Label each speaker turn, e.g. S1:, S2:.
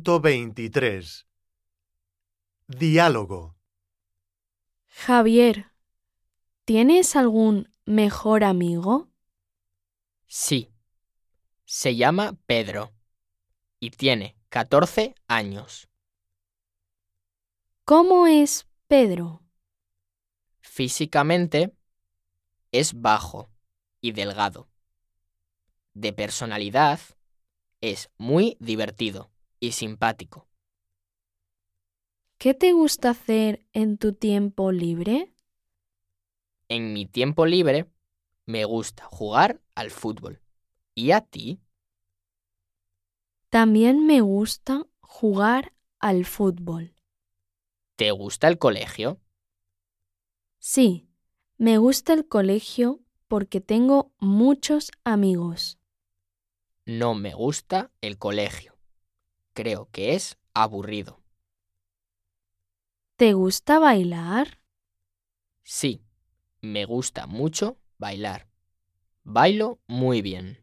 S1: 5.23 Diálogo.
S2: Javier, ¿tienes algún mejor amigo?
S3: Sí. Se llama Pedro y tiene 14 años.
S2: ¿Cómo es Pedro?
S3: Físicamente es bajo y delgado. De personalidad es muy divertido y simpático.
S2: ¿Qué te gusta hacer en tu tiempo libre?
S3: En mi tiempo libre me gusta jugar al fútbol. ¿Y a ti?
S2: También me gusta jugar al fútbol.
S3: ¿Te gusta el colegio?
S2: Sí, me gusta el colegio porque tengo muchos amigos.
S3: No me gusta el colegio. Creo que es aburrido.
S2: ¿Te gusta bailar?
S3: Sí, me gusta mucho bailar. Bailo muy bien.